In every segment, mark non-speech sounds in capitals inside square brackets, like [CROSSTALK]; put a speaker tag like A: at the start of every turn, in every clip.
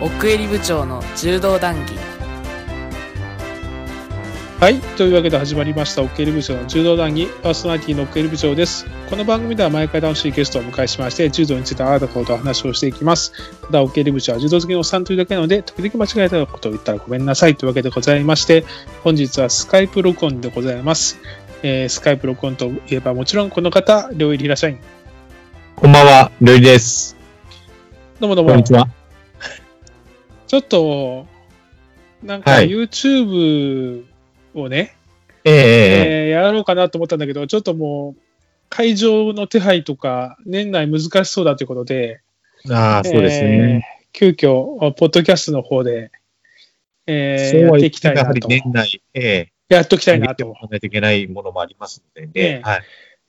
A: 奥襟部長の柔道談義
B: はい。というわけで始まりました、オッケール部長の柔道談義、パーソナリティのオッケール部長です。この番組では毎回楽しいゲストをお迎えしまして、柔道についてあなたことお話をしていきます。ただ、オッケール部長は柔道好きのおっさんというだけなので、時々間違えたことを言ったらごめんなさいというわけでございまして、本日はスカイプ録音でございます。えースカイプ録音といえばもちろんこの方、両入りらっしゃい。
C: こんばんは、ルイです。
B: どうもどう
C: こん
B: も
C: に。ちは。
B: ちょっと、なんか
C: はい
B: YouTube をね、
C: えええ
B: えー
C: え
B: やろうかなと思ったんだけど、ちょっともう、会場の手配とか、年内難しそうだということで、
C: ああ、そうですね。
B: えー急遽、ポッドキャストの方で、えー
C: そう
B: や
C: は
B: って
C: 言っ
B: いき
C: て
B: たい
C: もや
B: な
C: はり
B: と。
C: 年内、え
B: やっとき
C: え
B: たいな
C: ても
B: と
C: ら。わないといけないものもありますのでね。
B: ええ
C: はい。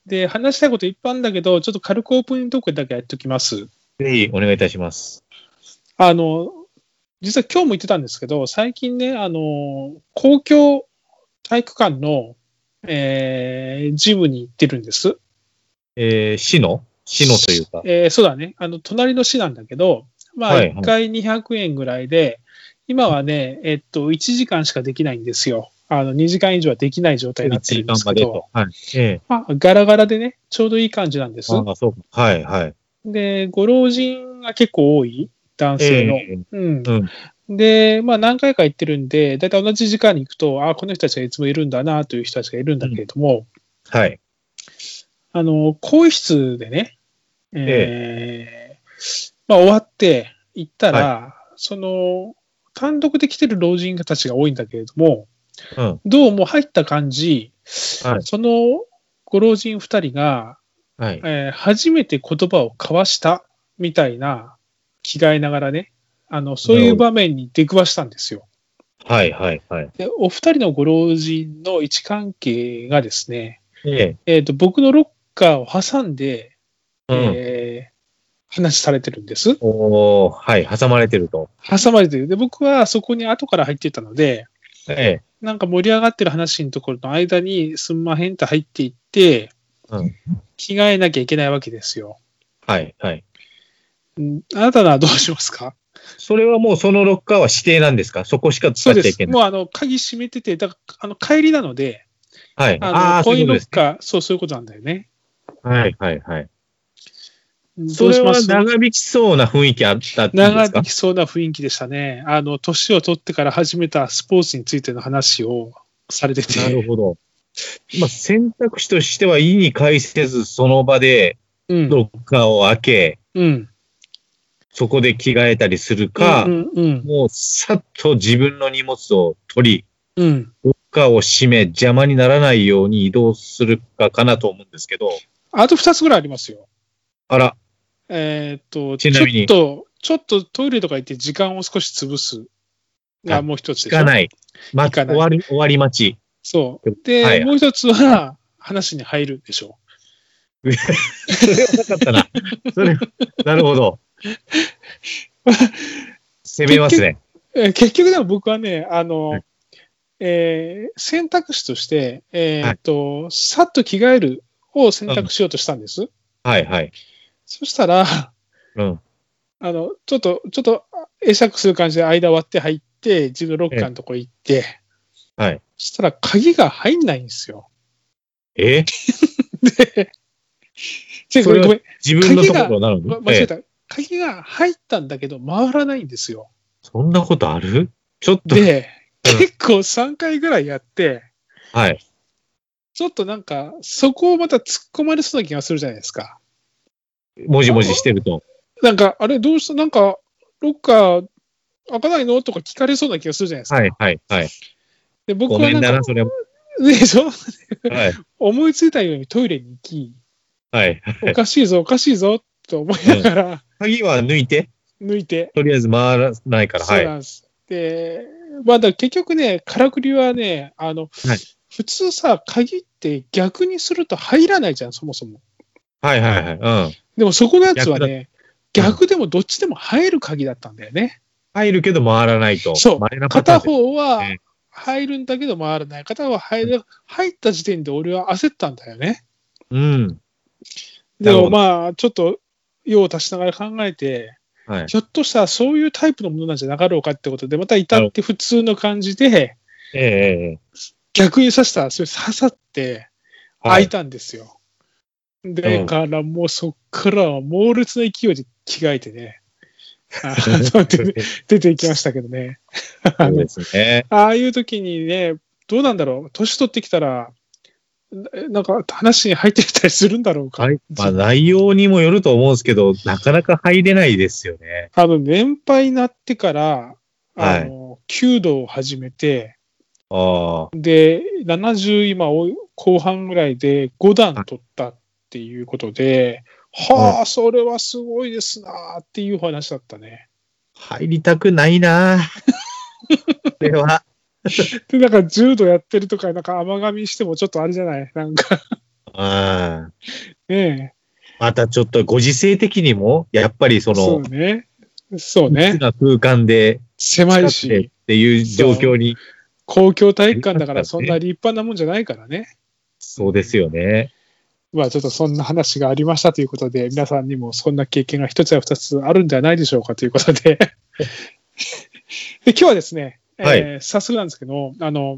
B: で、話したいこといっぱいあるんだけど、ちょっと軽くオープニングトークだけやっておきます。
C: ぜひお願いいたします。
B: あの、実は今日も言ってたんですけど、最近ね、あの、公共体育館の、えージムに行ってるんです。
C: ええ市の市のというか。
B: えーそうだね。あの、隣の市なんだけど、まあ、
C: はいはい
B: 1回200円ぐらいで、今はね、えっと、1時間しかできないんですよ。あの、2時間以上はできない状態にな
C: 1
B: ってるん
C: 時
B: で
C: 間
B: す
C: ま
B: け
C: で
B: ど
C: と、。はい。ええ
B: まあ、ガラガラでね、ちょうどいい感じなんです。
C: ああ、そうか。はい、はい。
B: で、ご老人が結構多い、男
C: え
B: 性の。
C: え
B: うん
C: う。
B: で、まあ、何回か行ってるんで、だいたい同じ時間に行くと、ああ、この人たちがいつもいるんだな、という人たちがいるんだけれども、
C: はい。
B: あの、更衣室でね、えーまあ、終わって行ったら、その、単独で来てる老人たちが多いんだけれども、
C: うん。
B: どうも入った感じ、
C: はい
B: そのご老人二人が、
C: はい。
B: えー初めて言葉を交わしたみたいな、着替えながらね、あの、そういう場面に出くわしたんですよ。
C: はい、はい、はい。
B: でお二人のご老人の位置関係がですね、
C: え
B: えっ、と、僕のロッカーを挟んで、
C: えうん。
B: えー話されてるんです。
C: おおはい、挟まれてると。
B: 挟まれてる。で、僕はそこに後から入ってたので、
C: ええ
B: なんか盛り上がってる話のところの間に、すんまへんと入っていって、
C: うん
B: 着替えなきゃいけないわけですよ。
C: はい、はい。
B: うんあなたならどうしますか
C: それはもうそのロッカーは指定なんですかそこしか使
B: そう
C: っ
B: で
C: ちゃい
B: す
C: け。ない。
B: もうあの、鍵閉めてて、だから、あの、帰りなので、
C: はい。
B: あ
C: あ
B: の、
C: あ、
B: コ
C: そう
B: イ
C: い
B: ン
C: うこ
B: ロ
C: とです
B: ッ。カー、そう、そういうことなんだよね。
C: はい、はい、はい。
B: うんど
C: そうれ
B: しま
C: は
B: す
C: 長引きそうな雰囲気あったんです
B: 長
C: か
B: 引きそうな雰囲気でしたね。あの、年を取ってから始めたスポーツについての話をされてて。
C: なるほど。まあ、選択肢としては意に介せず、その場で
B: うん。
C: ロッカーを開け、
B: うん。
C: そこで着替えたりするか、
B: うんうんうん。
C: もうさっと自分の荷物を取り、
B: うん。
C: ロッカーを閉め、邪魔にならないように移動するかかなと思うんですけど、
B: あと2つぐらいありますよ。
C: あら、
B: えーっと、
C: ちなみに
B: ちょっと、ちょっとトイレとか行って時間を少し潰すが
C: あ
B: もう一つで
C: 聞
B: しょ
C: かない。ま、
B: 行か
C: 終
B: ない
C: わり、終わり待ち。
B: そう。で、
C: はい
B: もう一つは話に入るでしょ
C: それはなかったな。それ [LAUGHS] は、なる
B: [LAUGHS]
C: ほど。攻めますね。
B: う。えー結局でも僕はね、あの、
C: はい
B: えー選択肢として、えーっと、さっと着替えるを選択しようとしたんです。
C: はいはい。
B: そしたら、
C: うん。
B: あの、ちょっと、ちょっと、会釈する感じで間割って入って、自分のロッカーのところ行って、
C: はい。
B: そしたら鍵が入んないんですよ。
C: え
B: で、ちょご
C: そ
B: め
C: れ
B: ん
C: は
B: ごめん
C: 自分のところなのに
B: ま、間違え
C: ええ
B: た。鍵が入ったんだけど、回らないんですよ。
C: そんなことあるちょっと、
B: で、
C: うん
B: 結構3回ぐらいやって、
C: はい。
B: ちょっとなんか、そこをまた突っ込まれそうな気がするじゃないですか。
C: もじもじしてると。
B: なんか、あれ、どうしたなんか、ロッカー開かないのとか聞かれそうな気がするじゃないですか。
C: はい、はい、はい。
B: で、僕
C: ご
B: は
C: め
B: なん
C: ん
B: か、
C: だな、それは。
B: でしょ
C: はい、
B: 思いついたようにトイレに行き、
C: はい。
B: おかしいぞ、おかしいぞ、と思いながら
C: 鍵は抜いて、
B: 抜いて、
C: とりあえず回らないから、
B: そ
C: は
B: う
C: い。
B: なんです。で、まあだから結局ね、からくりはね、あの、
C: はい
B: 普通さ、鍵って逆にすると入らないじゃん、そもそも。
C: はい、はい、はい。うん。
B: でもそこのやつはね、
C: 逆だ
B: 逆でもどっちでも入る鍵だったんだよね。
C: 入るけど回らないと。
B: そう
C: マイナパター
B: 片
C: ンで
B: 方は
C: ええ
B: 入るんだけど回らない。片方は入る入った時点で俺は焦ったんだよね。
C: うん。
B: で
C: なる
B: も
C: ほど
B: まあ、ちょっと用を足しながら考えて、
C: はい。
B: ひょっとしたらそういうタイプのものなんじゃなかろうかってことで、また至って普通の感じで、
C: えええ
B: 逆に刺したら、それ刺さって、
C: え
B: 開い。たんですよ。で、
C: うん
B: からもうそっからは猛烈な勢いで着替えてね、あ
C: [LAUGHS]
B: の出て出ていきましたけどね。あ
C: そう
B: の
C: ですね。
B: ああいう時にね、どうなんだろう、年取ってきたら、ななんか話に入ってきたりするんだろうか。
C: はい。まあ、内容にもよると思うんですけど、なかなか入れないですよね。
B: あの、年配になってから、
C: はい
B: あの、弓道を始めて、
C: ああ。
B: で、70今お後半ぐらいで5段取ったっていうことで、はあ、それはすごいですなあっていう話だったね。
C: 入りたくな
B: [LAUGHS]
C: いな。これは。
B: で、なんか柔道やってるとか、なんか甘噛みしてもちょっとあれじゃないなんか [LAUGHS]
C: うん。
B: ね
C: またちょっとご時世的にも、やっぱりそ
B: そう
C: の、
B: ね。そう
C: 密
B: ね。
C: [LAUGHS] な空間で、
B: 狭い
C: 近くでっ
B: し、
C: ていう状況に、
B: 公共体育館だからそんな立派なもんじゃないからね。
C: そうですよね。
B: まあちょっとそんな話がありましたということで、皆さんにもそんな経験が一つや二つあるんではないでしょうかということで。 [LAUGHS] で今日はですね、えー
C: は
B: 早速なんですけど、あの、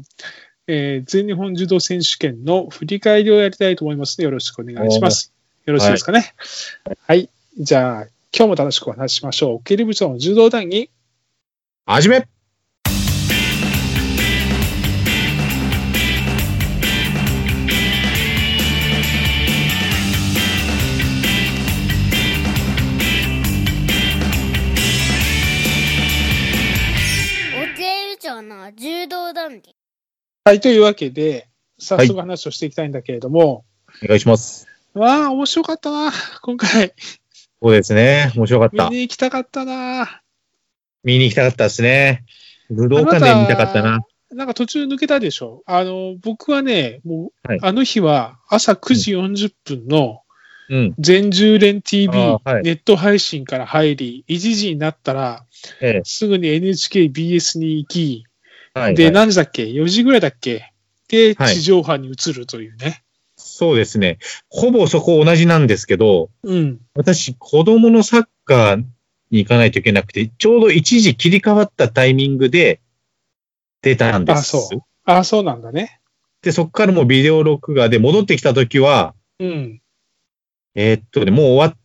B: えー全日本柔道選手権の振り返りをやりたいと思いますので、よろしくお願いします。よろしいですかね。はい、じゃあ、今日も楽しくお話ししましょう。経理部長の柔道団に、
C: はじめ
D: お手湯長の柔道団理。
B: はい、というわけで、早速話をしていきたいんだけれども、
C: お願いします。
B: わあ、面白かったな、今回。
C: そうですね。面白かっ
B: 見
C: た。
B: に行きたかったな。
C: 見に行きたかったですね。武道館で見たかった
B: あ
C: な。
B: なんか途中抜けたでしょあの、僕はね、もう、
C: はい
B: あの日は朝9時40分の
C: うん。
B: 全柔連 TV
C: あーはい
B: ネット配信から入り、1時になったら、
C: え
B: すぐに NHKBS に行き、
C: え。はい、
B: で、
C: はい。
B: 何時だっけ ?4 時ぐらいだっけで、
C: はい
B: 地上波に移るというね。
C: そうですね。ほぼそこ同じなんですけど、
B: うん。
C: 私、子供のサッカーに行かないといけなくて、ちょうど一時切り替わったタイミングで出たんです。
B: あそう。ああ、そうなんだね。
C: で、そこからもうビデオ録画で戻ってきたときは、
B: うん。
C: えーっとね、もう終わっ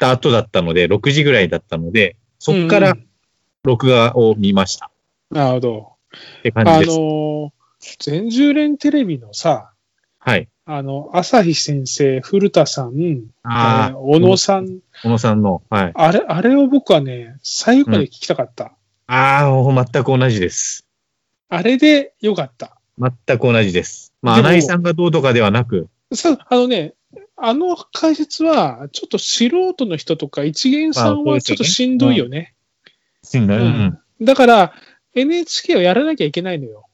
C: た後だったので、6時ぐらいだったので、そこか
B: う
C: ら
B: ん
C: 録画を見ました
B: なるほど。
C: って
B: あ
C: 感
B: の
C: じです。
B: ー、全柔連テレビのさ、
C: はい。
B: あの、朝日先生、古田さん、
C: あ
B: えー小野さん、
C: あ、小野さんの、はい。
B: あれ、あれを僕はね、最後まで聞きたかった。
C: ああ、全く同じです。
B: あれでよかった。
C: 全く同じです。まあ、
B: でも
C: 穴井さんがどうとかではなく、
B: さ、あのね、あの解説は、ちょっと素人の人とか、一元さん
C: まあそう
B: は
C: です
B: ちょ
C: よ
B: っと
C: ね
B: しんどいよね。
C: うんうん、
B: だから、NHK をやらなきゃいけないのよ。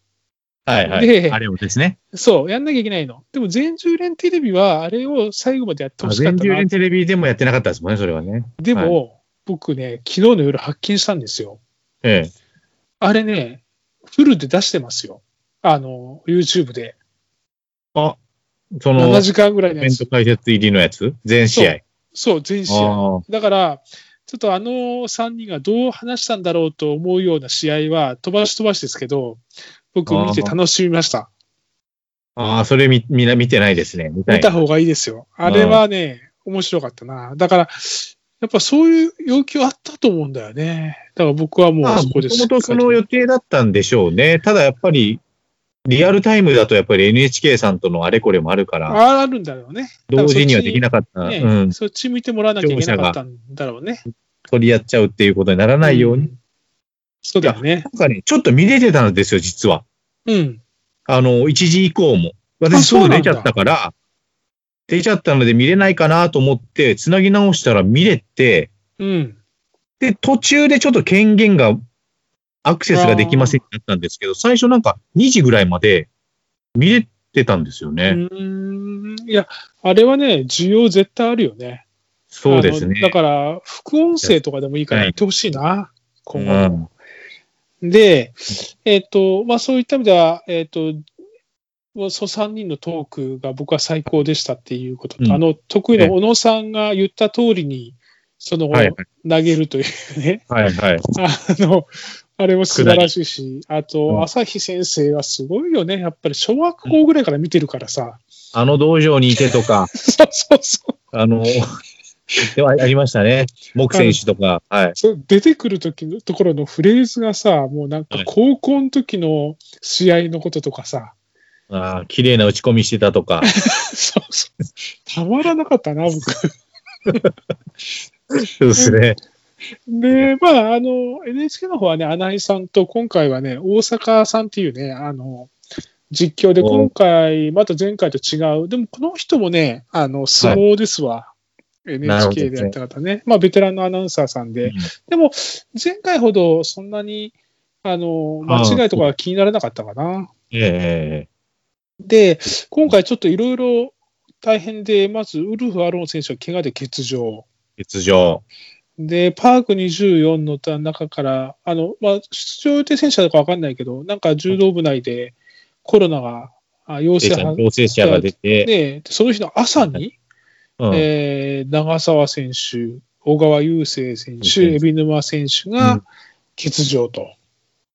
C: はいはい。
B: で
C: あれをですね。
B: そう、やんなきゃいけないの。でも、全柔連テレビは、あれを最後までやって
C: まあ
B: ほしかっ
C: 全
B: た
C: 球
B: な
C: 連。テレビでもやってなかったですもんね、それはね。
B: でも、僕ね、昨日の夜発見したんですよ。
C: ええ。
B: あれね、フルで出してますよ。あの、YouTube で。
C: あ、その、
B: 7
C: イ
B: 時間ぐらいの
C: ベ
B: や
C: ン
B: つ
C: ト。解説入りのやつ全試合。
B: そう、全試合。
C: ああ
B: だから、ちょっとあの3人がどう話したんだろうと思うような試合は飛ばし飛ばしですけど、僕見て楽しみました。
C: ああ、それみ、みんな見てないですね。見た
B: 見
C: い。
B: た方がいいですよ。あれはね、面白かったな。だから、やっぱそういう要求あったと思うんだよね。だから僕はも
C: まあ、
B: う
C: も
B: そ
C: と
B: こです。
C: もとその予定だったんでしょうね。ただやっぱり、リアルタイムだとやっぱり NHK さんとのあれこれもあるから、
B: ああるんだろうね。
C: 同時にはできなかった、
B: ね
C: うん、
B: そっち見てもらわなきゃいけなかったんだろうね。
C: 取り合っちゃうっていうことにならないように。
B: んそうだよね。
C: なんかね、ちょっと見れてたんですよ、実は。
B: うん。
C: あの、1時以降も。
B: あ
C: 私、
B: そう
C: そう
B: なんだ
C: 出ちゃったから、出ちゃったので見れないかなと思って、つなぎ直したら見れて、
B: うん。
C: で、途中でちょっと権限が、アクセスができませんってなったんですけど、最初なんか2時ぐらいまで見れてたんですよね。
B: うーん。いや、あれはね、需要絶対あるよね。
C: そうですね
B: あの。だから、副音声とかでもいいから
C: は
B: 言
C: い
B: ってほしいな、今後
C: う
B: も。
C: ん
B: で、えっ、と、まあそういった意味では、えっ、と、そう3人のトークが僕は最高でしたっていうことと、
C: うん
B: あの、得意の小野さんが言った通りに、その後、
C: はい
B: 投げるという [LAUGHS] ね、
C: はいはい。
B: あの、あれも素晴らしいし、あと、朝日先生はすごいよね。やっぱり小学校ぐらいから見てるからさ。 [LAUGHS]
C: あの道場にいてと [LAUGHS] か、
B: そうそうそう。
C: あの、ではありましたね。木選手とか、はい。
B: そう出てくる時のところのフレーズがさ、もうなんか
C: はい
B: 高校の時の試合のこととかさ、 [LAUGHS]
C: ああ、綺麗な打ち込みしてたとか。
B: そうそう。たまらなかったな、僕。
C: そうですね。 [LAUGHS]
B: で、まあ、あの、NHK の方はね、穴井さんと、今回はね、大阪さんっていうね、あの、実況で、
C: お
B: 今回、また前回と違う。でも、この人もね、あの、相撲ですわ。NHK でやった方ね。まあ、ベテランのアナウンサーさんで。でも、前回ほど、そんなに、あの、
C: あー
B: 間違いとかは気にならなかったかな。
C: ええ
B: で、今回ちょっといろいろ大変で、まず、ウルフ・アロン選手は怪我で欠場。
C: 欠場。
B: で、パーク24の中から、あの、まあ、出場予定選手だかわかんないけど、なんか柔道部内でコロナがあ陽性判
C: 陽性者が出て、
B: で、でその日の朝に、
C: うん
B: えー長澤選手、小川雄星選
C: う
B: 手、
C: ん
B: 海老沼選手
C: う
B: が
C: ん
B: 欠場と。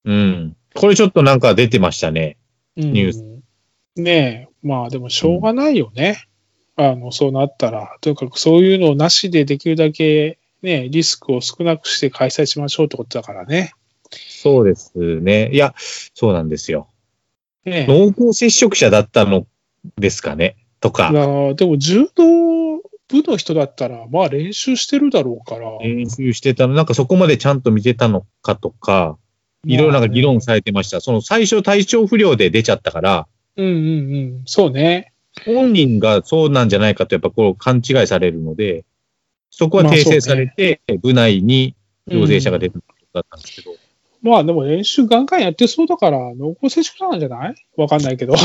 C: うん。これちょっとなんか出てましたね。ニュー
B: ス。ねえ、まあでもしょうがないよね。あの、そうなったら。とにかくそういうのをなしでできるだけ、ね、リスクを少なくして開催しましょうってことだからね。
C: そうですね。いや、そうなんですよ。
B: ねえ
C: 濃厚接触者だったのですかねと
B: いや
C: か、
B: ーでも柔道部の人だったら、まあ練習してるだろうから。
C: 練習してたの、なんかそこまでちゃんと見てたのかとか、いろいろなんか議論されてました。その最初体調不良で出ちゃったから、
B: うんうんうん。そうね。
C: 本人がそうなんじゃないかとやっぱこう勘違いされるので、そこは訂正されて、部内に陽性者が出ることだったんですけど、
B: まあでも練習ガンガンやってそうだから、濃厚接触者なんじゃないわかんないけど。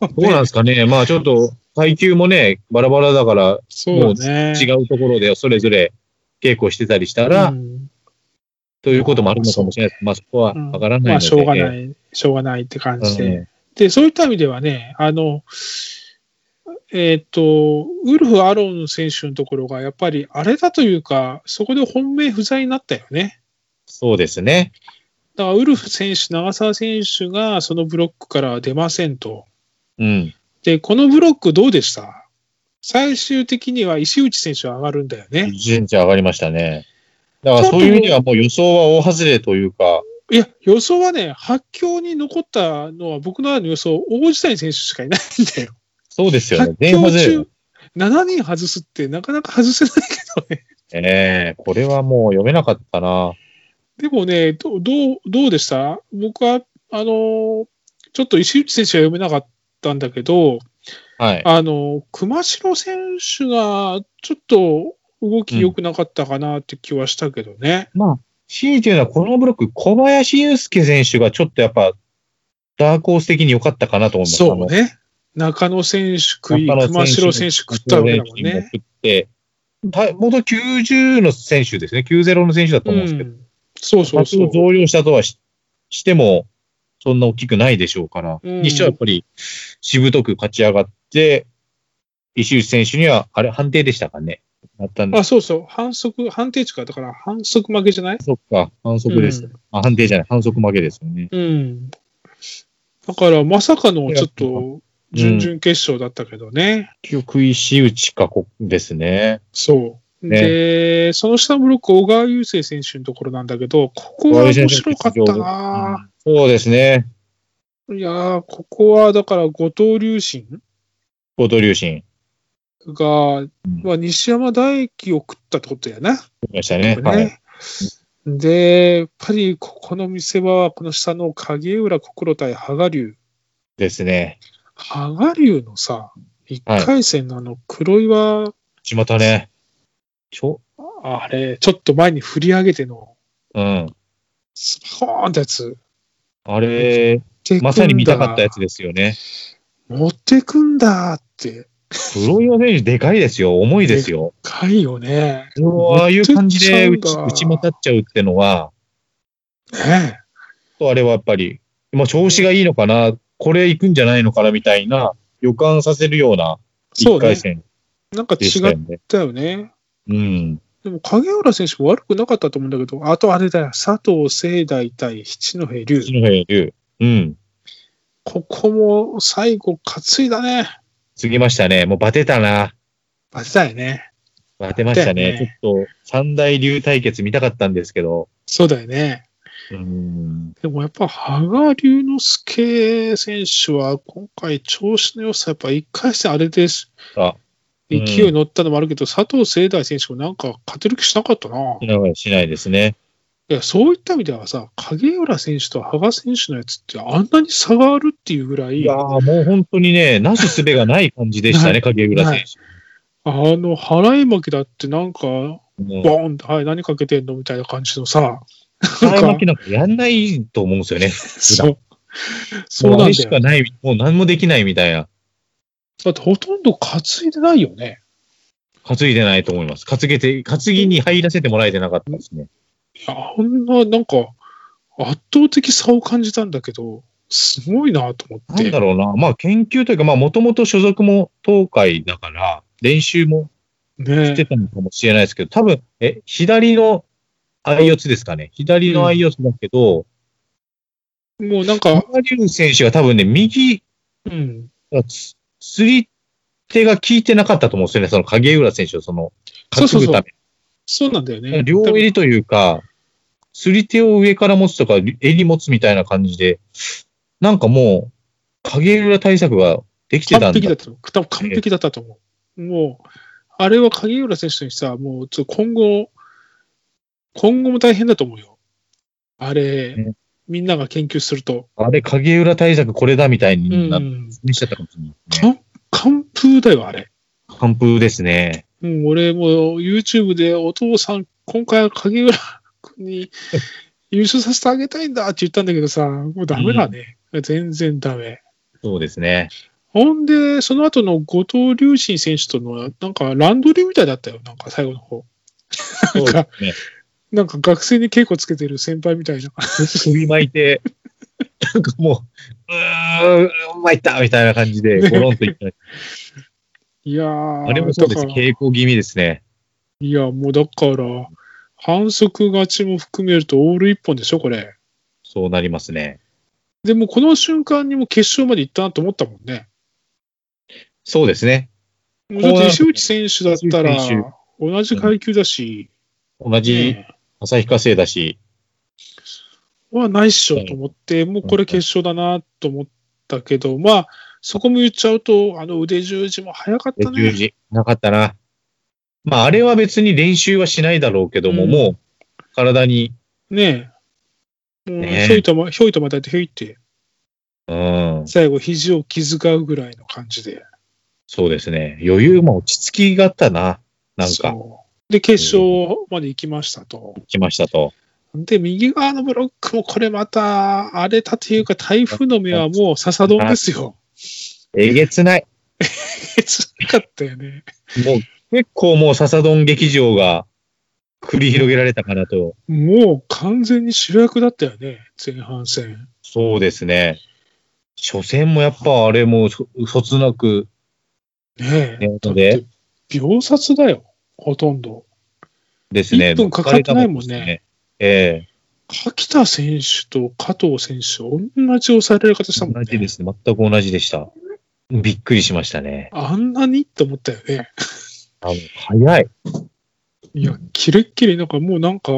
C: どうなんですかね。まあちょっと階級もね、バラバラだから
B: そうね。
C: 違うところでそれぞれ稽古してたりしたら、
B: うん
C: ということもあるのかもしれないです。まあそこは
B: うん
C: わからないので。
B: まあしょうが
C: い。
B: ない、しょうがないって感じで。で、そういった意味ではね、あの、えーっと、ウルフ・アロン選手のところが、やっぱりあれだというか、そこで本命不在になったよね。
C: そうですね。
B: だからウルフ選手、長澤選手がそのブロックからは出ませんと。
C: うん。
B: で、このブロックどうでした最終的には石内選手は上がるんだよね。
C: 順調上がりましたね。だからそういう意味ではもう予想は大外れというか、
B: いや、予想はね、発狂に残ったのは僕の中の予想、大地谷選手しかいないんだよ。
C: そうですよ
B: 発
C: ね。全員
B: 狂
C: 外れ
B: 中
C: る。、
B: 7人外すってなかなか外せないけどね。
C: ええこれはもう読めなかったな。
B: でもね、どどうどうでした僕は、あのーちょっと石内選手は読めなかったんだけど、
C: はい。
B: あの、熊代選手がちょっと動き良くなかったかなって気はしたけどね。
C: まあ、C というのはこのブロック、小林祐介選手がちょっとやっぱ、ダークホース的に良かったかなと思います。
B: そうね。中野選手食い、
C: 中野選手
B: 熊代選手食ったわけだもん
C: も
B: ね。
C: 食って、た元90の選手ですね、90の選手だと
B: う
C: 思うんですけど、
B: ん。そうそうそ
C: 多少
B: う。
C: 増量したとはししても、そんな大きくないでしょうから、
B: うん
C: にしてはやっぱり、しぶとく勝ち上がって、石内選手には、あれ、判定でしたかね。なったんで
B: あ、そうそう。反則、判定値か。だから反則負けじゃない
C: そっか、反則です、
B: うん
C: あ。判定じゃない、反則負けですよね。
B: うん。だからまさかのちょっと準々決勝だったけどね。
C: 結局、石内かこですね。
B: そう。
C: ね
B: で、その下のブロック、小川雄生選手のところなんだけど、ここは面白かったなぁ。
C: そうですね。
B: いやー、ここはだから後藤隆信
C: 後藤龍心。
B: が、まあ、西山大輝を食ったってことやな。
C: いましたね。
B: こ
C: は
B: れ
C: い。
B: ねで、やっぱりここの見せ場は、この下の影浦心対羽賀龍。
C: ですね。
B: 羽賀龍のさ、一
C: はい
B: 回戦のあの黒岩、
C: ちまたね。ちょ、
B: あれ、ちょっと前に振り上げての、
C: うん。
B: スパコーンってやつ。
C: あれ、
B: 手組んだ
C: まさに見たかったやつですよね。
B: 持ってくんだって、
C: 黒岩選手、でかいですよ。重いですよ。
B: かいよね。
C: ああいう感じで
B: めっ
C: 打
B: ちゃ
C: ち
B: 強いんだ
C: 打ちまたっちゃうってのは、
B: ね
C: ちょっとあれはやっぱり、まあ、調子がいいのかな、これ行くんじゃないのかなみたいな予感させるような
B: えそ
C: 一
B: うね
C: 回。戦
B: なんか
C: でし
B: 違
C: たよ
B: っ
C: ね。
B: たよね。
C: うん。
B: でも影浦選手も悪くなかったと思うんだけど、あとあれだよ、佐藤聖大対七戸龍。
C: 篠原優。うん。
B: ここも最後担いだね。
C: 過ぎましたね。もうバテたな。
B: バテたよね。
C: バテましたね。
B: だよね
C: ちょっと、三大流対決見たかったんですけど。
B: そうだよね。
C: うん。
B: でもやっぱ、羽賀龍之介選手は、今回調子の良さ、やっぱ一回戦あれです。
C: あ、うん
B: 勢い乗ったのもあるけど、佐藤聖大選手もなんか勝てる気しなかったな。い
C: 篠原しないですね。
B: や、そういった意味ではさ、影浦選手と羽賀選手のやつってあんなに差があるっていうぐらい、
C: いやーもう本当にね、なすすべがない感じでした
B: [LAUGHS] な
C: ね、影浦選
B: あの、払い巻きだってなんか、
C: 手。もう
B: ボーンって、はい、何かけてんのみたいな感じのさ、
C: 前巻きなんかやんないと思うんですよね。
B: そう。そうなんだ
C: もあ
B: よ。
C: れしかない、もう何もできないみたいな。
B: だってほとんど担いでないよね。
C: 担いでないと思います。担げて、担ぎに入らせてもらえてなかったですね。
B: いや、あんな、なんか、圧倒的差を感じたんだけど、すごいなと思っ
C: なん
B: て。
C: だろうな。まあ研究というか、まあもともと所属も東海だから、練習も
B: ね
C: してたのかもしれないですけど、多分、え、左の相四つですかね。左の相四つだけど、
B: もうなんか、
C: マリュウ選手は多分ね、右、
B: うん。
C: つ釣り手が効いてなかったと思うんですよね。その影浦選手をその、
B: そう
C: 担
B: そう
C: ぐ
B: そう
C: ため。
B: そうなんだよね。
C: 両襟というか、釣り手を上から持つとか、襟持つみたいな感じで、なんかもう、影浦対策ができてた
B: 完
C: んだ
B: 璧だったと思う。多分完璧だったと思う。もう、あれは影浦選手にさ、もうちょっと今後、今後も大変だと思うよ。あれ
C: ね、
B: みんなが研究すると。
C: あれ、影浦対策これだみたいになっ
B: ん。
C: 見しちゃったかもしれないですね。
B: 完完封だよ、あれ。
C: 完封ですね。
B: うん、俺もう YouTube でお父さん、今回は影浦君に [LAUGHS] 優勝させてあげたいんだって言ったんだけどさ、もうダメだね。全然ダメ。
C: そうですね。
B: ほんで、その後の後藤隆信選手との、なんかランドリーみたいだったよ、なんか最後の方。
C: そうですね。
B: なんか学生に稽古つけてる先輩みたいな。 [LAUGHS]
C: 首巻いて、なんかもう、うーん、参ったみたいな感じで、
B: ね
C: ゴロンといった。
B: いやー、
C: あれもそうです。
B: だから
C: 傾向気味ですね。
B: いや、もうだから、反則勝ちも含めるとオール一本でしょ、これ。
C: そうなりますね。
B: でもこの瞬間にもう決勝まで行ったなと思ったもんね。
C: そうですね。
B: もうだって石内選手だったら
C: 石内選、
B: 同じ階級だし、
C: 同じ
B: ね
C: 旭化成だし、
B: はナイスショーと思って、もうこれ決勝だなと思ったけど、まあ、そこも言っちゃうと、あの腕十字も早かった
C: 10
B: ね。
C: 時、なかったな。まあ、あれは別に練習はしないだろうけども、
B: うん
C: もう、体に、
B: ねえ。もう
C: ねえ
B: ひょいとま、ひょいとまたいて、ひょいって、
C: うん、
B: 最後肘を気遣うぐらいの感じで。
C: そうですね。余裕も落ち着きがあったな。なんか、
B: そう。で、決勝まで行きましたと。
C: 来ましたと。
B: で、右側のブロックもこれまた、荒れたというか、台風の目はもう笹丼ですよ。
C: えげつない。
B: つらかったよね。
C: もう結構もう笹丼劇場が繰り広げられたかなと。
B: もう完全に主役だったよね、前半戦。
C: そうですね。初戦もやっぱあれもそそつなく、
B: ねえ
C: ね。ほんで
B: だって秒殺だよ、ほとんど。
C: ですね。
B: 一分かかってないもんね。
C: え
B: 柿田選手と加藤選手、同じ押さえられ方し
C: え
B: たもん
C: 同じで
B: ね。
C: すね。全く同じでした。びっくりしましたね。
B: あんなにって思ったよね。
C: あの早い。
B: いや、キレッキレ、なんかもうなんか、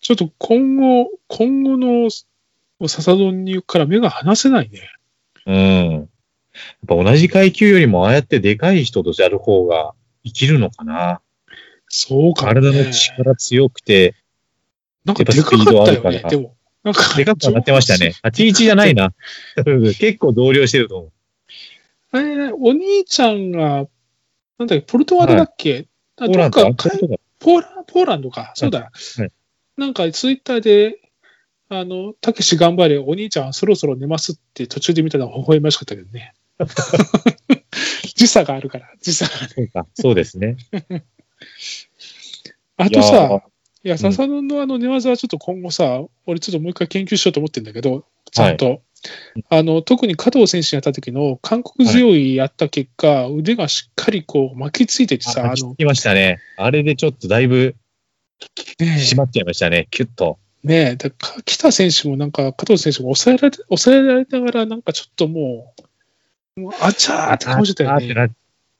B: ちょっと今後、今後の笹丼にから目が離せないね。
C: うん。やっぱ同じ階級よりもああやってでかい人とやる方が生きるのかな。
B: そうか、ね。
C: 体の力強くて、
B: なんかでかかったよ
C: やっぱスピードある
B: ね
C: か、ら
B: でも。なんか、
C: でかくはなってましたね。81じゃないな。結構同僚してると思う。
B: あれねお兄ちゃんが、なんだっけ、ポルトガルだっけ、あ
C: ポーラン
B: ど
C: ド
B: っ
C: あ
B: か
C: そうだ
B: ポーラ、ポーランドか。そうだ。
C: はい
B: なんか、ツイッターで、あの、たけし頑張れ、お兄ちゃんそろそろ寝ますって途中で見たのは微笑ましかったけど
C: [LAUGHS]
B: ね。時差があるから、時差がある。
C: そうか、そうですね。
B: あと
C: いやー
B: さ、いや、笹野のあの寝技はちょっと今後さ、俺ちょっともう一回研究しようと思ってんだけど、ちゃんと。あの、特に加藤選手にやった時の韓国強いやった結果、腕がしっかりこう巻きついててさ、あ
C: あ、
B: の
C: 聞、きましたね。あれでちょっとだいぶ
B: ねえ
C: 締まっちゃいましたね。キュッと。
B: ねえ、だか北選手もなんか、加藤選手も抑えられ、抑えられながら、なんかちょっともう、もうあちゃーって顔してたよ
C: あーって
B: ね。
C: な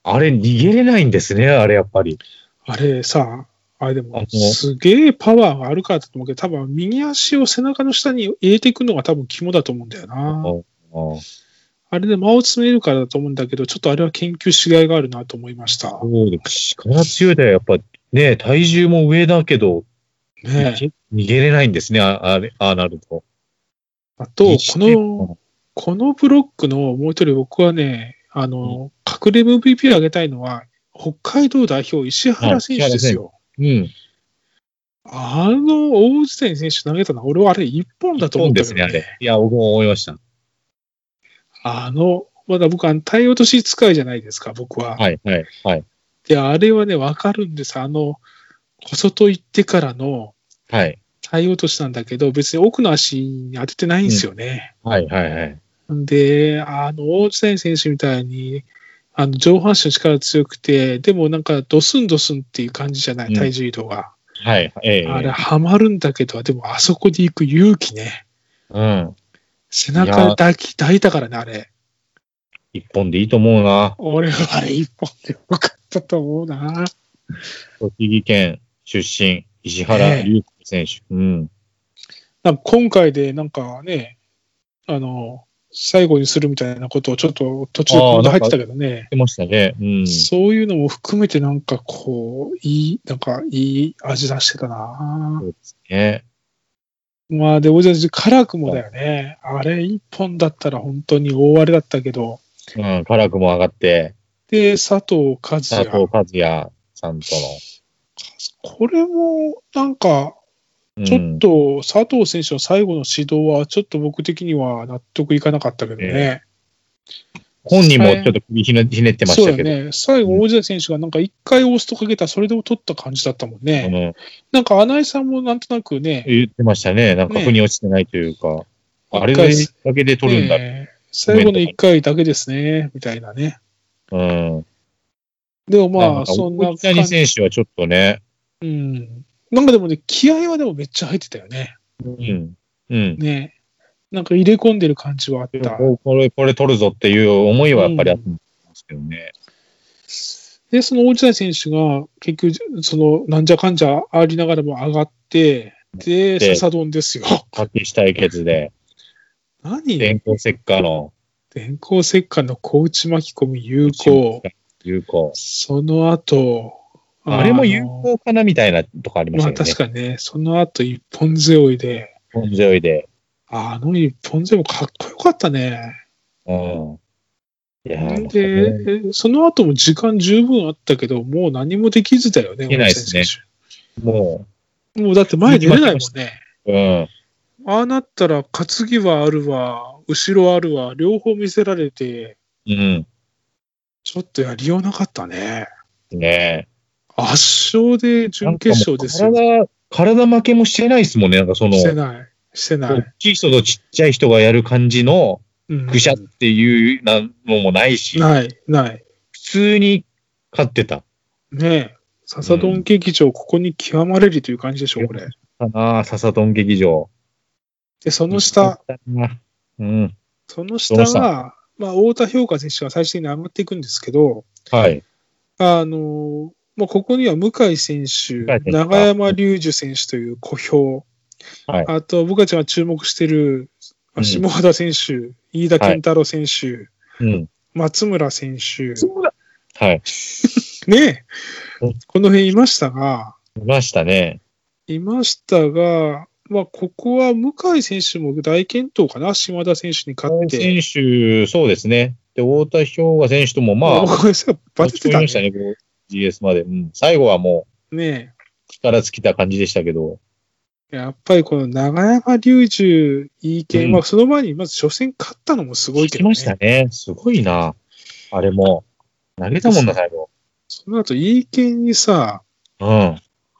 C: あれ、逃げれないんですね、あれ、やっぱり。
B: あれさ、あれで
C: あ
B: も
C: の、
B: すげえパワーがあるからだと思うけど、多分右足を背中の下に入れていくのが多分肝だと思うんだよな。
C: おー
B: あれで間を詰めるからだと思うんだけど、ちょっとあれは研究しがいがあるなと思いました。
C: そうです。力強いだよ、やっぱ。ね体重も上だけど、
B: ねえ。
C: 逃げれないんですね、ああれ、ああなると。
B: あと、こ
C: にして
B: の、このブロックのもう一人僕はね、あの、隠れ MVP を上げたいのは、北海道代表石原選手ですよ。
C: うん。
B: あの、大内谷選手投げたのは、俺はあれ一本だと思
C: そううんで
B: だ
C: す
B: け
C: ね、
B: どね。
C: あれ。いや、僕も思いました。
B: あの、まだ僕、あの、体落とし使いじゃないですか、僕は。
C: はい、はい、はい。
B: で、あれはね、わかるんです。あの、小外行ってからの
C: はい、
B: 体落としなんだけど、別に奥の足に当ててないんですよね。
C: はい、はい、はい。
B: で、あの、大内谷選手みたいに、あの、上半身の力強くて、でもなんか、ドスンドスンっていう感じじゃな
C: うん
B: い、体重移動が。
C: はい、ええ
B: あれ、はまるんだけど、でも、あそこで行く勇気ね。
C: うん。
B: 背中抱き、抱いたからね、あれ。
C: 一本でいいと思うな。
B: 俺はあれ一本でよかったと思うな。
C: 栃木県出身、石原龍子選手。うん。
B: なんか今回でなんかね、あの、最後にするみたいなことをちょっと途中でコメント入ってたけどね、
C: 出ましたね。うん。
B: そういうのも含めてなんかこう、いい、なんかいい味出してたな。
C: ね。
B: まあで、おじゃじ、辛くもだよね。あれ一本だったら本当に大荒れだったけど、
C: うん。辛くも上がって、
B: で、佐藤和
C: 佐藤
B: 也。
C: 和也さんと
B: これもなんか、
C: の。
B: ちょっと佐藤選手の最後の指導は、ちょっと僕的には納得いかなかったけどね。
C: え本人もちょっと首ひねひねってま
B: そう
C: した
B: だ
C: けど。
B: ね。最後、
C: うん
B: 大地選手がなんか一回押すとかけたらそれでも取った感じだったもんね。
C: うん
B: なんか、穴井さんもなんとなくね、
C: 言ってましたね。なんか
B: ね
C: 腑に落ちてないというか、あれ
B: 一回
C: だけで取るんだ。
B: えー最後の一回だけですね、みたいなね。
C: うん。
B: でもま
C: なん
B: あ、
C: か
B: そんな
C: 大谷
B: 感じ。
C: 選手はちょっとね、
B: うん。なんかでもね、気合はでもめっちゃ入ってたよね。
C: うん。うん。
B: ね。なんか入れ込んでる感じはあっ
C: で
B: た。
C: もこれ、これ取るぞっていう思いはやっぱりあったんですけどね。
B: で、その大地選手が結局、その、なんじゃかんじゃありながらも上がって、で、
C: で
B: 笹丼ですよ。 [LAUGHS]
C: 勝ち対決で、
B: 何
C: 電光石火の
B: 電光石火の小内巻き込み有効。
C: 有効。
B: その後、
C: あれも有
B: あ
C: 効かなみたいなとこあり
B: の
C: ま
B: ま
C: した
B: あ確。
C: よね
B: かにね、その後一本背負いで、
C: 本強いで。
B: あの一本背負いかっこよかったね。
C: うん。いやーもうね
B: で、その後も時間十分あったけど、もう何もできずだよね、
C: できないですね
B: 大谷選
C: も
B: 手もうだって前出れないもんね。
C: う、うん。
B: ああなったら、担ぎはあるわ、後ろあるわ、両方見せられて、
C: うん。
B: ちょっとやりようなかったね。
C: ね
B: 圧勝で準決勝ですよ。
C: よ。体、体負けもしてないですもんね。なんかその、
B: してない。してな
C: 大
B: い。
C: きい人とちっちゃい人がやる感じの、
B: うん
C: ぐしゃっていうなのもないし、普
B: ない、ない。
C: 通に勝ってた。
B: ねえ、笹丼劇場、ここに極まれりという感じでしょ、これ。
C: かなあ、笹丼劇場。
B: で、そ
C: こ
B: の下、。
C: うん。
B: その下
C: その
B: が、まあ、太田評価選手が最終的に上がっていくんですけど、
C: はい。
B: あのーまあ、ここには向井選手
C: 向井選、手
B: 長山隆二選手という小兵、
C: はい
B: あと、僕たちが注目しているまあ
C: うん
B: 下原選手、飯田健太郎選手、
C: うん。
B: 松村選手、
C: はい。
B: ねえ
C: うん、
B: この辺いましたが、
C: いましたね。
B: いましたが、まあ、ここは向井選手も大健闘かな、島田選手に勝って。
C: 選手、そうですね。で、太田氷河選手とも、
B: [LAUGHS]
C: まあ、
B: これさ、バテてた
C: ま
B: ね
C: したね、こう GS まで。うん。最後はも
B: ね
C: う、力尽きた感じでしたけど。
B: えやっぱりこの長山隆十、いい剣、
C: うん
B: まあ、その前にまず初戦勝ったのもすごいけ
C: き
B: ど、ね
C: ま、したね。すごいな。あれも。投げたもんな、最後。
B: その後、いい剣にさ、
C: うん。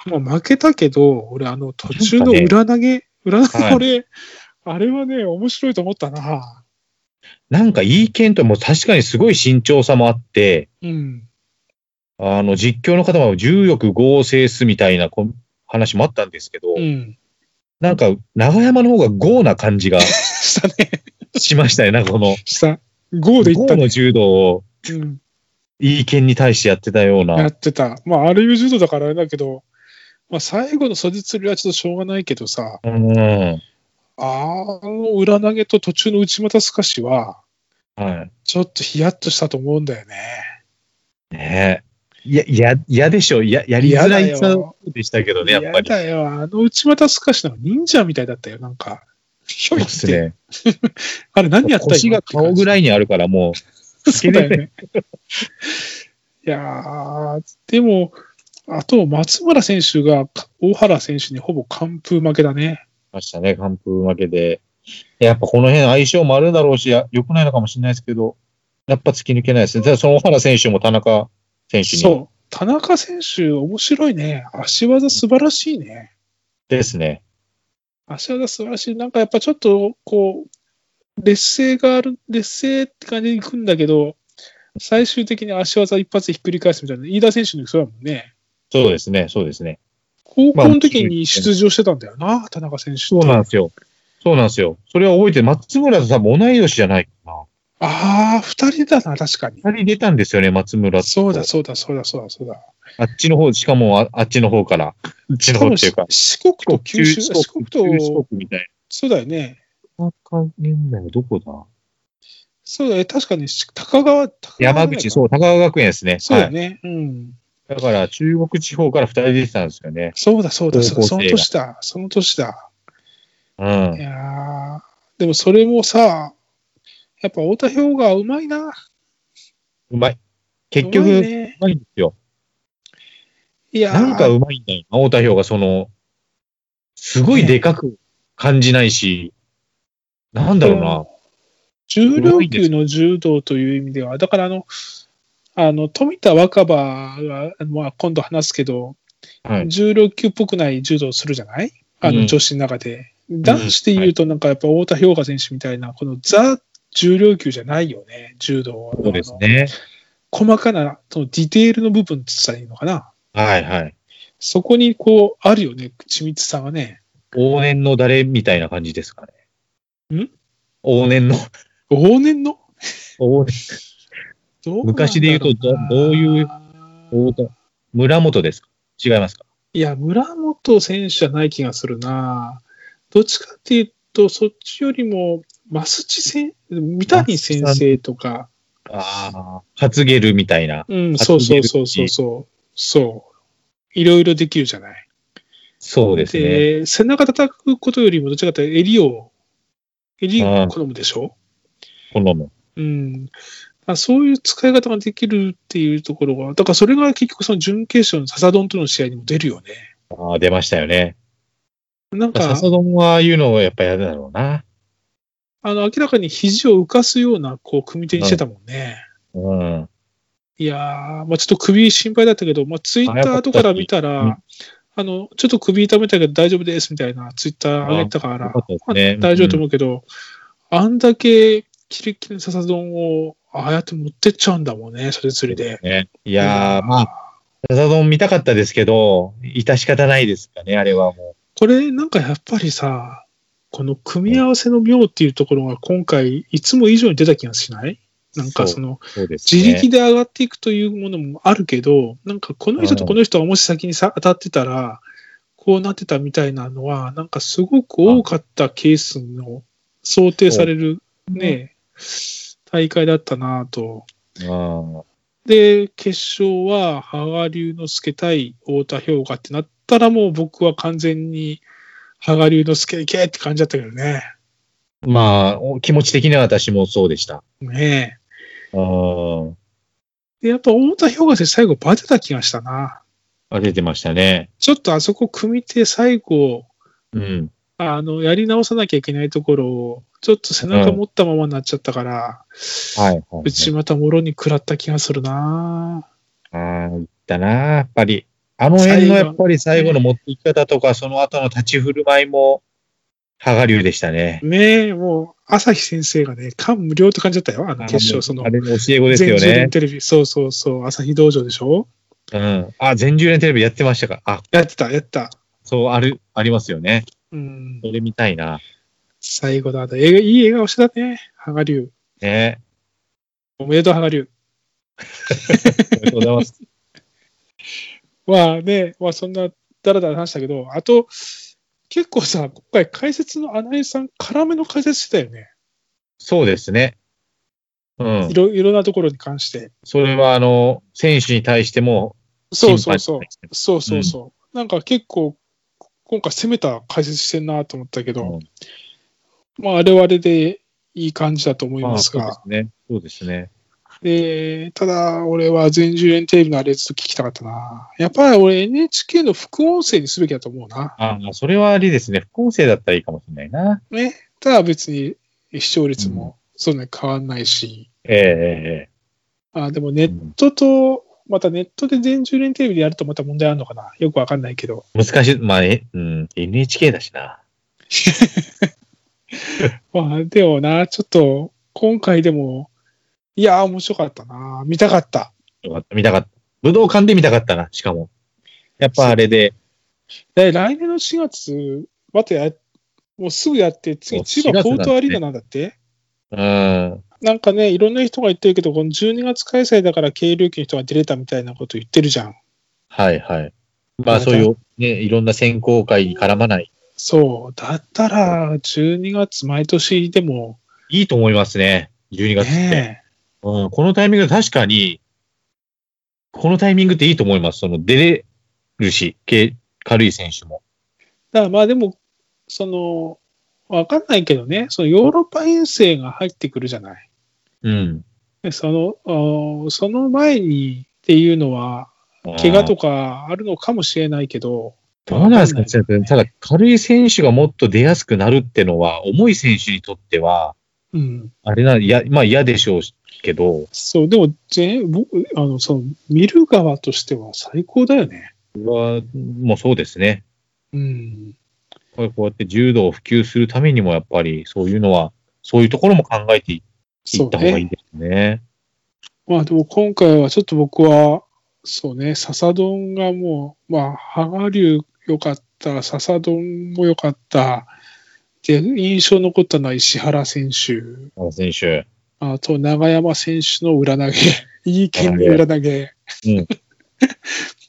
B: もう負けたけど、俺、あの、途中の裏投げ、裏投げ、 [LAUGHS]
C: はい
B: 俺、あれはね、面白いと思ったな。
C: なんかいい剣と、もう確かにすごい慎重さもあって、
B: うん。
C: あの、実況の方も重力合成すみたいなこ話もあったんですけど、
B: うん。
C: なんか、長山の方が豪な感
B: [LAUGHS]
C: じが
B: したね。
C: しましたね。なんかこの、
B: した。ゴーでいっ
C: 豪
B: たね。
C: の柔道を
B: うん。
C: いい剣に対してやってたよう
B: や
C: な
B: っ。てた。まあ、ある意味柔道だからあれだけど、まあ、最後の素実釣りはちょっとしょうがないけどさ、
C: うん。は
B: あの裏投げと途中の内股すかしは、
C: い。
B: ちょっとヒヤッとしたと思うんだよね。
C: ねえ。いや、いや、嫌でしょ。いや、やりづらいさでしたけどね、やっぱ
B: や
C: り。
B: だよ。あの内股すかしの忍者みたいだったよ。なんか、ひょいっ
C: そう
B: て。
C: ですね。
B: あれ何やった
C: 腰が顔ぐ
B: い。
C: らいにあるから、も
B: そうだよね。 [LAUGHS] いやー、でも、あと、松村選手が大原選手にほぼ完封負けだね。
C: う、ましたね。完封負けで。やっぱこの辺相性もあるだろうし、や良くないのかもしれないですけど、やっぱ突き抜けないですね。ただその小原選手も田中選手に
B: そう。田中選手、面白いね。足技素晴らしいね。
C: ですね。
B: 足技素晴らしい。なんかやっぱちょっと、こう、劣勢がある、劣勢って感じに行くんだけど、最終的に足技一発でひっくり返すみたいな。飯田選手のそうだもんね。
C: そうですね、そうですね。
B: 高校の時に出場してたんだよな、田中選手って。
C: そうなんですよ。そうなんですよ。それは覚えてる、松村と多分同い年じゃないかな。
B: ああ、二人だな、確かに。
C: 二人出たんですよね、松村と。
B: そうだ、そうだ、そうだ、そうだ、そうだ。
C: あっちの方、しかもああっちの方から。あっち
B: し
C: の
B: か
C: 方
B: も
C: っていうか。
B: 四国と九州、四国
C: 中四
B: と、
C: 国みたい
B: そうだよね。
C: な。田中現代はどこだ
B: そうだよ、確かにし、高川、高川
C: 山口、
B: そう。
C: そう、高川学園ですね。
B: そうだよね、うん。
C: はい。だから、中国地方から二人出てたんですよね。
B: そうだ、そうだ、そうだ
C: 高校生
B: その年だ、その年だ。
C: う
B: い
C: ん。
B: やーでもそれもさ、やっぱ太田氷がうまいな。
C: うまい。結
B: うまい
C: 局、う
B: ね、
C: まいんですよ。
B: いやー
C: なんかうまいんだよな。太田氷が、その、すごいでかく感じないし、なんだろうな。
B: 重量級の柔道という意味では、だからあの、あの富田若葉が、まあ、今度話すけど、
C: はい
B: 重量級っぽくない柔道をするじゃないあ
C: う
B: の
C: ん
B: 女子の中で。男子で言うと、なんかやっぱ太田氷河選手みたいな、このザ重量級じゃないよね、柔道は。
C: そうですね。
B: あの細かなそのディテールの部分って言ったらいいのかな。
C: はいはい。
B: そこにこう、あるよね、緻密さがね。
C: 往年の誰みたいな感じですかね。
B: ん
C: 往年の、
B: 往年のどうな
C: 往年
B: んだろうな
C: 昔で言うとどどういう太田村本ですか違いますか
B: いや、村本選手じゃない気がするな。どっちかっていうと、そっちよりも、増地選、三谷先生とか、
C: ああ。担げるみたいな。
B: うん、そうそうそうそうそう、そう、いろいろできるじゃない。
C: そうですね。
B: で、背中叩くことよりも、どっちかっていうと襟を、襟
C: う
B: を
C: ん
B: 好むでしょ
C: このも。
B: うん。あそういう使い方ができるっていうところが、だからそれが結局その準決勝の笹丼との試合にも出るよね。
C: ああ、出ましたよね。
B: なんか、
C: 笹丼はああいうのをやっぱやるだろうな。
B: あの、明らかに肘を浮かすような、こう、組み手にしてたもんね。
C: うん。
B: いやー、まあちょっと首心配だったけど、まあツイッター後から見た、
C: 早から
B: あの、ちょっと首痛めたけど大丈夫です、みたいなツイッター上げたから、
C: よかったですね
B: まあ大丈夫と思うけど、あんだけキレッキレの笹丼を、ああやって持ってっちゃうんだもんね、それ釣りで。
C: ね、いやー、まあ、笹丼見たかったですけど、致し方ないですかね、あれはも
B: これなんかやっぱりさ、この組み合わせの妙っていうところが今回、いつも以上に出た気がしないなんかその、
C: う。そうですね。
B: 自力で上がっていくというものもあるけど、なんかこの人とこの人がもし先にさ当たってたら、こうなってたみたいなのは、なんかすごく多かったケースの想定されるね、大会だったなぁと。
C: うん。
B: で、決勝は、羽賀龍之介対太田氷河ってなったらもう僕は完全に、羽賀龍之介いけって感じだったけどね。
C: まあ、お気持ち的には私もそうでした。
B: ね
C: うん。
B: え。で、やっぱ太田氷河って最後バテた気がしたな。
C: あ出てましたね。
B: ちょっとあそこ組み手最後、
C: うん。
B: あの、やり直さなきゃいけないところを、ちょっと背中持ったままになっちゃったから、
C: はい、はいはい。
B: 内股もろに食らった気がするな
C: ああ、いったな、やっぱり。あの辺
B: 最後
C: のやっぱり最後の持っていき方とか、その後の立ち振る舞いも、羽賀流でしたね。
B: ねえ、もう、朝日先生がね、感無量って感じだったよ、あの決勝、その
C: あ、れの教え子です
B: 全
C: よ
B: 10
C: ね
B: 年。テレビ、そうそうそう、朝日道場でしょ
C: うん。あ、全10年テレビやってましたか。あ、
B: やってた、やってた。
C: そう、ある、ありますよね。
B: うん
C: そ。れ見たいな。
B: 最後だ、あと、えいい笑顔してたね、羽賀龍。
C: ね。
B: おめでとう、羽賀龍。
C: ありがとうござ
B: [LAUGHS]
C: います。
B: まあね、まあそんなだらだら話したけど、あと、結構さ、今回解説の穴井さん、辛めの解説してたよね。
C: そうですね。うん
B: い。ろいろんなところに関して。
C: それは、あの、選手に対しても、
B: そうそうそう。
C: 審
B: そうそうそう。なんか結構、今回攻めた解説してんなと思ったけ
C: 判に
B: ど、
C: 対して
B: まああれはあれでいい感じだと思い
C: うんま
B: ま
C: あ、
B: す
C: そうで
B: が
C: す、ね。そうですね。
B: でただ俺は全10連テレビのあれずっと聞きたかったな。やっぱり俺 NHK の副音声にすべきだと思うな。
C: ああ、それはありですね。副音声だったらいいかもしれないな。
B: ね。ただ別に視聴率もそんなに変わんないし、
C: ええ
B: あでもネ
C: ええええ
B: ットと、またネットで全10連テレビでやるとまた問題あるのかなよくわかんないけど。
C: うん難しい。まあ、え、うん、NHK だしな。
B: まあでもな、ちょっと今回でも、いやー面白かったな。見たかった。
C: よかった。見たかった。武道館で見たかったな、しかも。やっぱあれで、
B: で、来年の4月、またや、もうすぐやって、次
C: もう
B: 千葉
C: 4月
B: ポ
C: な
B: ー
C: んだね
B: トアリーナなんだって
C: うん。
B: なんかね、いろんな人が言ってるけど、この12月開催だから軽量級の人が出れたみたいなこと言ってるじゃん。
C: はいはい。ま
B: ま
C: あ、
B: た
C: そういう、ね、いろんな選考会に絡まない。
B: そう。だったら、12月毎年でも、
C: いいと思いますね。12月って。
B: ね
C: うん、このタイミング確かに、このタイミングっていいと思います。その出れるし、軽軽い選手も。
B: だからまあでも、その、わかんないけどね、そのヨーロッパ遠征が入ってくるじゃない。
C: うん。
B: でその、あーその前にっていうのは、怪我と
C: か。
B: かあるのかもしれないけど、
C: どうなんですか
B: わかんない
C: ただ、軽い選手がもっと出やすくなるってのは、重い選手にとっては、
B: うん。
C: あれな、いや、まあ嫌でしょうけど、
B: そう、でも、ぜ僕、あの、その、見る側としては最高だよね。
C: はもうそうですね。
B: うん。
C: これこうやって柔道を普及するためにも、やっぱりそういうのは、そういうところも考えていい
B: そ
C: っ
B: う
C: た方がい
B: ね。
C: いですね。
B: まあでも今回はちょっと僕は、そうね、笹丼がもう、まあ、羽賀龍良かった、笹丼も良かった。で、印象残ったのは石原選手、
C: あの選手。
B: あと長山選手の裏投げ、 [LAUGHS] いい剣の裏投げ。
C: うん
B: [LAUGHS]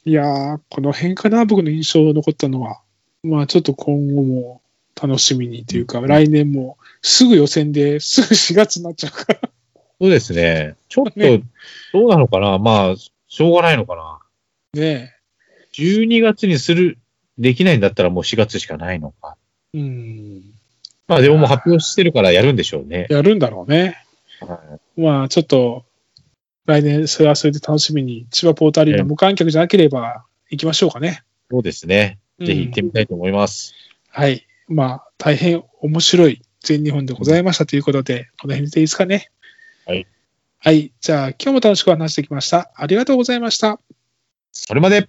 B: いやー、この辺かな、僕の印象残ったのは。まあちょっと今後も楽しみにというか、来年もすぐ予選ですぐ4月になっちゃうから。
C: そうですね。ちょっと
B: ね、
C: どうなのかな、まあ、しょうがないのかな。
B: ね
C: 12月にする、できないんだったらもう4月しかないのか。
B: え。うん。
C: まあ、でももう発表してるからやるんでしょうね。
B: やるんだろうね。
C: は
B: まあ、ちょっと、来年、それはそれで楽しみに、千葉ポートアリー
C: ええ
B: ナ無観客じゃなければ行きましょうかね。
C: いそうですね。
B: うん
C: ぜひ行ってみたいと思います。
B: はい。まあ、大変面白い全日本でございましたということで、この辺でいいですかね。
C: はい。
B: はい。じゃあ、今日も楽しく話してきました。ありがとうございました。
C: それまで